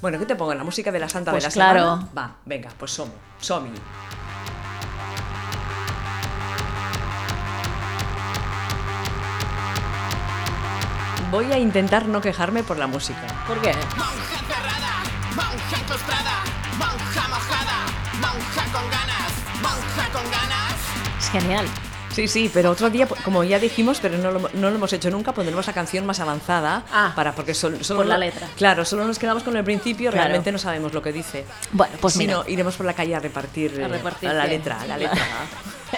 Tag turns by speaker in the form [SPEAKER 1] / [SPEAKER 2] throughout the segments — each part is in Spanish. [SPEAKER 1] Bueno, ¿qué te pongo? ¿La música de la Santa
[SPEAKER 2] Pues
[SPEAKER 1] de la
[SPEAKER 2] claro.
[SPEAKER 1] Semana? Va, venga, pues Somo. Somi. Voy a intentar no quejarme por la música.
[SPEAKER 2] ¿Por qué?
[SPEAKER 3] Monja encerrada, monja enclaustrada, monja mojada, monja con ganas, monja con ganas.
[SPEAKER 2] Es genial.
[SPEAKER 1] Sí, sí, pero otro día, como ya dijimos, pero no lo, no lo hemos hecho nunca, pondremos la canción más avanzada
[SPEAKER 2] Ah,
[SPEAKER 1] para porque sol- solo
[SPEAKER 2] por la
[SPEAKER 1] no-
[SPEAKER 2] letra.
[SPEAKER 1] Claro, solo nos quedamos con el principio,
[SPEAKER 2] Claro.
[SPEAKER 1] realmente no sabemos lo que dice.
[SPEAKER 2] Bueno, pues
[SPEAKER 1] Si
[SPEAKER 2] mira.
[SPEAKER 1] no, iremos por la calle a repartir, eh,
[SPEAKER 2] A repartir
[SPEAKER 1] la
[SPEAKER 2] qué.
[SPEAKER 1] letra, la
[SPEAKER 2] La-
[SPEAKER 1] letra.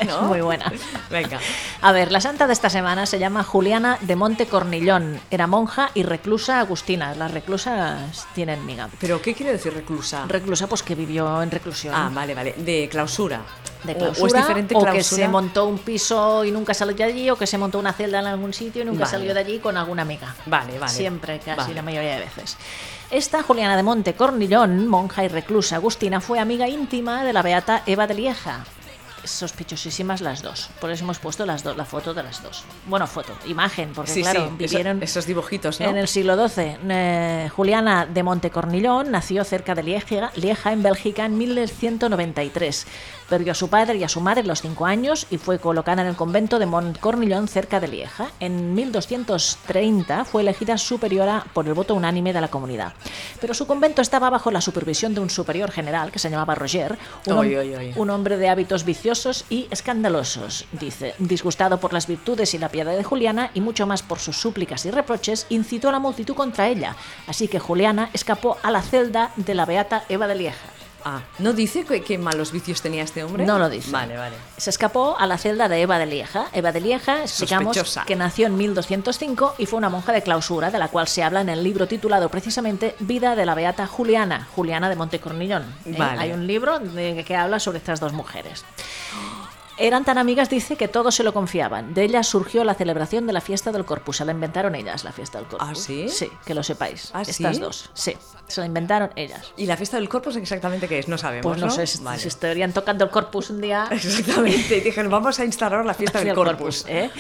[SPEAKER 2] Es
[SPEAKER 1] ¿no?
[SPEAKER 2] muy buena.
[SPEAKER 1] Venga.
[SPEAKER 2] A ver, la santa de esta semana se llama Juliana de Monte Cornillón. Era monja y reclusa agustina. Las reclusas tienen miga.
[SPEAKER 1] ¿Pero qué quiere decir reclusa?
[SPEAKER 2] Reclusa, pues que vivió en reclusión.
[SPEAKER 1] ah, vale, vale. De clausura.
[SPEAKER 2] de
[SPEAKER 1] O-
[SPEAKER 2] clausura,
[SPEAKER 1] O, es diferente clausura.
[SPEAKER 2] que se montó un piso y nunca salió de allí, o que se montó una celda en algún sitio y nunca
[SPEAKER 1] Vale.
[SPEAKER 2] salió de allí con alguna amiga.
[SPEAKER 1] Vale, vale.
[SPEAKER 2] Siempre, casi
[SPEAKER 1] Vale.
[SPEAKER 2] la mayoría de veces. Esta Juliana de Monte Cornillón, monja y reclusa agustina, fue amiga íntima de la beata Eva de Lieja. Sospechosísimas las dos. Por eso hemos puesto las dos, la foto de las dos. Bueno, foto, imagen, porque
[SPEAKER 1] Sí,
[SPEAKER 2] claro,
[SPEAKER 1] sí,
[SPEAKER 2] vivieron
[SPEAKER 1] eso- esos dibujitos, ¿no?
[SPEAKER 2] en el siglo XII. Eh, Juliana de Montecornillón nació cerca de Lieja, Lieja, en Bélgica, en 1193. Perdió a su padre y a su madre a los cinco años y fue colocada en el convento de Montcornillón, cerca de Lieja. En 1230 fue elegida superiora por el voto unánime de la comunidad. Pero su convento estaba bajo la supervisión de un superior general que se llamaba Roger, un, hom-
[SPEAKER 1] Oy, oy, oy.
[SPEAKER 2] un hombre de hábitos viciosos y escandalosos, dice. Disgustado por las virtudes y la piedad de Juliana y mucho más por sus súplicas y reproches, incitó a la multitud contra ella. Así que Juliana escapó a la celda de la beata Eva de Lieja.
[SPEAKER 1] Ah, ¿no dice que- qué malos vicios tenía este hombre?
[SPEAKER 2] No lo dice.
[SPEAKER 1] Vale, vale.
[SPEAKER 2] Se escapó a la celda de Eva de Lieja. Eva de Lieja, explicamos
[SPEAKER 1] Sospechosa.
[SPEAKER 2] que nació en 1205 y fue una monja de clausura, de la cual se habla en el libro titulado precisamente Vida de la Beata Juliana, Juliana de Montecornillón. ¿eh?
[SPEAKER 1] Vale.
[SPEAKER 2] Hay un libro de- que habla sobre estas dos mujeres. Eran tan amigas, dice, que todos se lo confiaban. De ellas surgió la celebración de la fiesta del Corpus. Se la inventaron ellas, la fiesta del Corpus.
[SPEAKER 1] ¿Ah, sí?
[SPEAKER 2] Sí, que lo sepáis.
[SPEAKER 1] ¿Ah, sí?
[SPEAKER 2] Estas dos, sí. Se la inventaron ellas.
[SPEAKER 1] ¿Y la fiesta del corpus exactamente qué es? No sabemos,
[SPEAKER 2] Pues no,
[SPEAKER 1] ¿no?
[SPEAKER 2] sé, si,
[SPEAKER 1] Vale.
[SPEAKER 2] si estarían tocando el Corpus un día...
[SPEAKER 1] Exactamente. Dijeron, vamos a instalar la fiesta
[SPEAKER 2] Sí,
[SPEAKER 1] del
[SPEAKER 2] el
[SPEAKER 1] corpus.
[SPEAKER 2] corpus, ¿eh?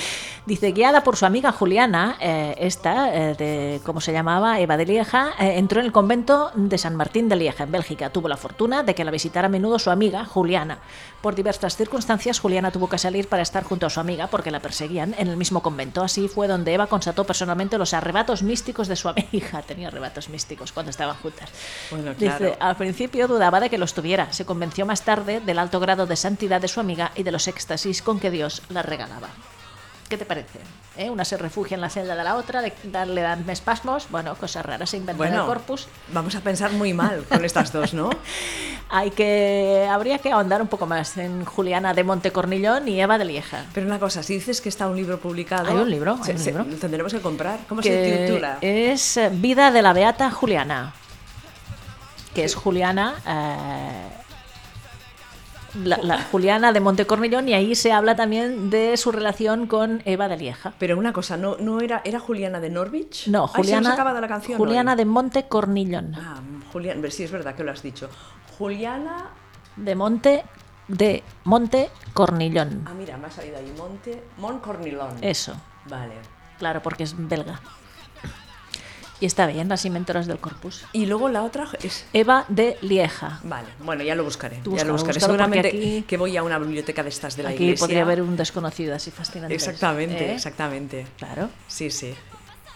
[SPEAKER 2] Dice, guiada por su amiga Juliana, eh, esta, eh, de, ¿cómo se llamaba? Eva de Lieja, eh, entró en el convento de San Martín de Lieja, en Bélgica. Tuvo la fortuna de que la visitara a menudo su amiga Juliana. Por diversas circunstancias, Juliana tuvo que salir para estar junto a su amiga porque la perseguían en el mismo convento. Así fue donde Eva constató personalmente los arrebatos místicos de su amiga. Tenía arrebatos místicos cuando estaban juntas.
[SPEAKER 1] Bueno, claro.
[SPEAKER 2] Dice, al principio dudaba de que los tuviera. Se convenció más tarde del alto grado de santidad de su amiga y de los éxtasis con que Dios la regalaba. ¿Qué te parece? ¿Eh? Una se refugia en la celda de la otra, de- da- le dan espasmos, bueno, cosas raras, se inventan
[SPEAKER 1] Bueno,
[SPEAKER 2] el corpus.
[SPEAKER 1] vamos a pensar muy mal con estas dos, ¿no?
[SPEAKER 2] Hay que, habría que ahondar un poco más en Juliana de Montecornillón y Eva de Lieja.
[SPEAKER 1] Pero una cosa, si dices que está un libro publicado...
[SPEAKER 2] Hay un libro, hay
[SPEAKER 1] se-
[SPEAKER 2] un
[SPEAKER 1] se-
[SPEAKER 2] libro.
[SPEAKER 1] lo tendremos que comprar. ¿Cómo Pues se
[SPEAKER 2] que
[SPEAKER 1] titula?
[SPEAKER 2] es eh, Vida de la Beata Juliana, que es Juliana, eh, la, la Juliana de Montecornillón, y ahí se habla también de su relación con Eva de Lieja.
[SPEAKER 1] Pero una cosa, ¿no, no era, era Juliana de Norwich?
[SPEAKER 2] No,
[SPEAKER 1] Ay, se nos
[SPEAKER 2] Juliana,
[SPEAKER 1] ha acabado la canción
[SPEAKER 2] Juliana
[SPEAKER 1] hoy.
[SPEAKER 2] de Montecornillón,
[SPEAKER 1] Ah, Juliana, sí, es verdad que lo has dicho. Juliana...
[SPEAKER 2] de Monte de Montecornillón.
[SPEAKER 1] Ah, mira, me ha salido ahí. Monte... Montcornillon.
[SPEAKER 2] Eso,
[SPEAKER 1] Vale.
[SPEAKER 2] claro, porque es belga. Y está bien, las inventoras del corpus.
[SPEAKER 1] Y luego la otra es...
[SPEAKER 2] Eva de Lieja.
[SPEAKER 1] Vale, bueno, ya lo buscaré.
[SPEAKER 2] Tú
[SPEAKER 1] ya lo
[SPEAKER 2] búscalo,
[SPEAKER 1] buscaré.
[SPEAKER 2] búscalo, porque
[SPEAKER 1] Seguramente
[SPEAKER 2] aquí-
[SPEAKER 1] que voy a una biblioteca de estas de la
[SPEAKER 2] Aquí
[SPEAKER 1] iglesia.
[SPEAKER 2] podría haber un desconocido así fascinante.
[SPEAKER 1] Exactamente,
[SPEAKER 2] ¿Eh?
[SPEAKER 1] exactamente.
[SPEAKER 2] Claro.
[SPEAKER 1] Sí, sí.